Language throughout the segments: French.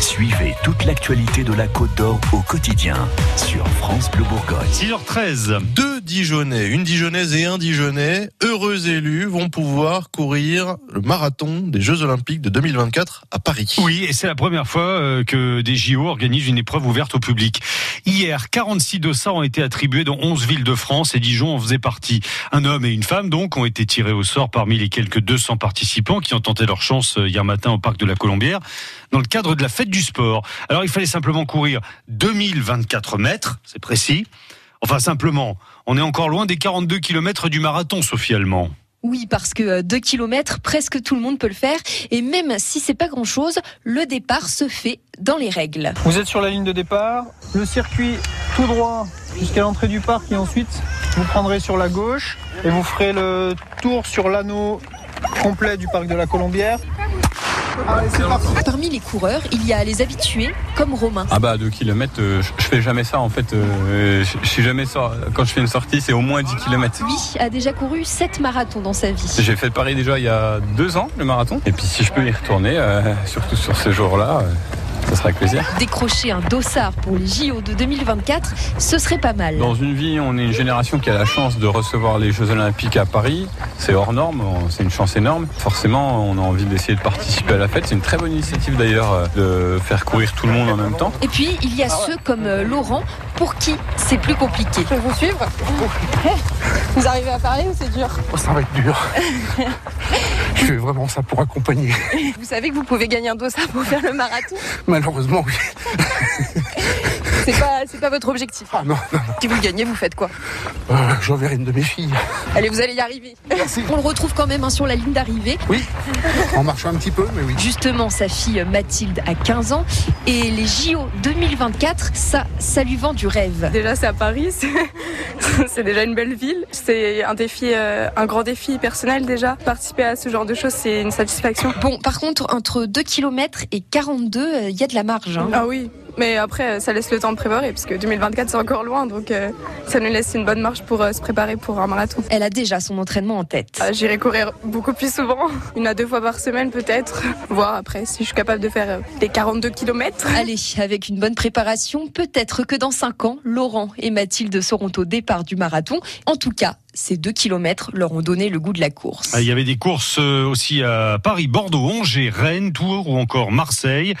Suivez toute l'actualité de la Côte d'Or au quotidien sur France Bleu Bourgogne. 6h13. Deux Dijonnais, une Dijonnaise et un Dijonnais, heureux élus, vont pouvoir courir le marathon des Jeux Olympiques de 2024 à Paris. Oui, et c'est la première fois euh, que des JO organisent une épreuve ouverte au public. Hier, 46 dossards ont été attribués dans 11 villes de France et Dijon en faisait partie. Un homme et une femme, donc, ont été tirés au sort parmi les quelques 200 participants qui ont tenté leur chance euh, hier matin au parc de la Colombière dans le cadre de la fête du sport. Alors, il fallait simplement courir 2024 mètres, c'est précis. Enfin, simplement, on est encore loin des 42 km du marathon, Sophie Allemand. Oui, parce que 2 km, presque tout le monde peut le faire. Et même si c'est pas grand chose, le départ se fait dans les règles. Vous êtes sur la ligne de départ, le circuit tout droit jusqu'à l'entrée du parc et ensuite vous prendrez sur la gauche et vous ferez le tour sur l'anneau complet du parc de la Colombière. Allez, c'est parti. Parmi les coureurs, il y a les habitués, comme Romain. Ah bah 2 km, je fais jamais ça en fait. euh, Je je suis jamais sor- quand je fais une sortie, c'est au moins 10 km. Lui a déjà couru 7 marathons dans sa vie. J'ai fait Paris déjà il y a deux ans, le marathon. Et puis si je peux y retourner, euh, surtout sur ce jour-là, euh, ça sera avec plaisir. Décrocher un dossard pour les JO de 2024, ce serait pas mal. Dans une vie, on est une génération qui a la chance de recevoir les Jeux Olympiques à Paris. C'est hors norme, on- c'est une chance énorme. Forcément, on a envie d'essayer de participer à la fête. C'est une très bonne initiative d'ailleurs euh, de faire courir tout le monde en même temps. Et puis, il y a ceux comme euh, Laurent, pour qui c'est plus compliqué. Ah Je vais vous suivre. Vous arrivez à parler ou c'est dur Oh, ça va être dur. Je fais vraiment ça pour accompagner. Vous savez que vous pouvez gagner un dossard pour faire le marathon. Malheureusement, oui. C'est pas, c'est pas votre objectif. Ah non, non. Si vous le gagnez, vous faites quoi Euh, j'enverrai une de mes filles. Allez, vous allez y arriver. On le retrouve quand même hein, sur la ligne d'arrivée. En marchant un petit peu, mais oui. Justement, sa fille Mathilde a 15 ans. Et les JO 2024, ça, ça lui vend du rêve. Déjà, c'est à Paris, c'est- c'est déjà une belle ville. C'est un défi, euh, un grand défi personnel déjà. Participer à ce genre de choses, c'est une satisfaction. Bon, par contre, entre 2 km et 42, euh, il y a de la marge. hein. Ah oui, mais après, ça laisse le temps de préparer, parce que 2024, c'est encore loin, donc euh, ça nous laisse une bonne marche pour euh, se préparer pour un marathon. Elle a déjà son entraînement en tête. Ah, J'irai courir beaucoup plus souvent, une à deux fois par semaine peut-être, voir après si je suis capable de faire euh, les 42 km. Allez, avec une bonne préparation, peut-être que dans 5 ans, Laurent et Mathilde seront au départ du marathon. En tout cas, ces 2 km leur ont donné le goût de la course. Ah, Il y avait des courses euh, aussi à Paris, Bordeaux, Angers, Rennes, Tours ou encore Marseille.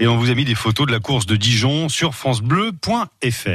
Et on vous a mis des photos de la course de Dijon sur francebleu.fr.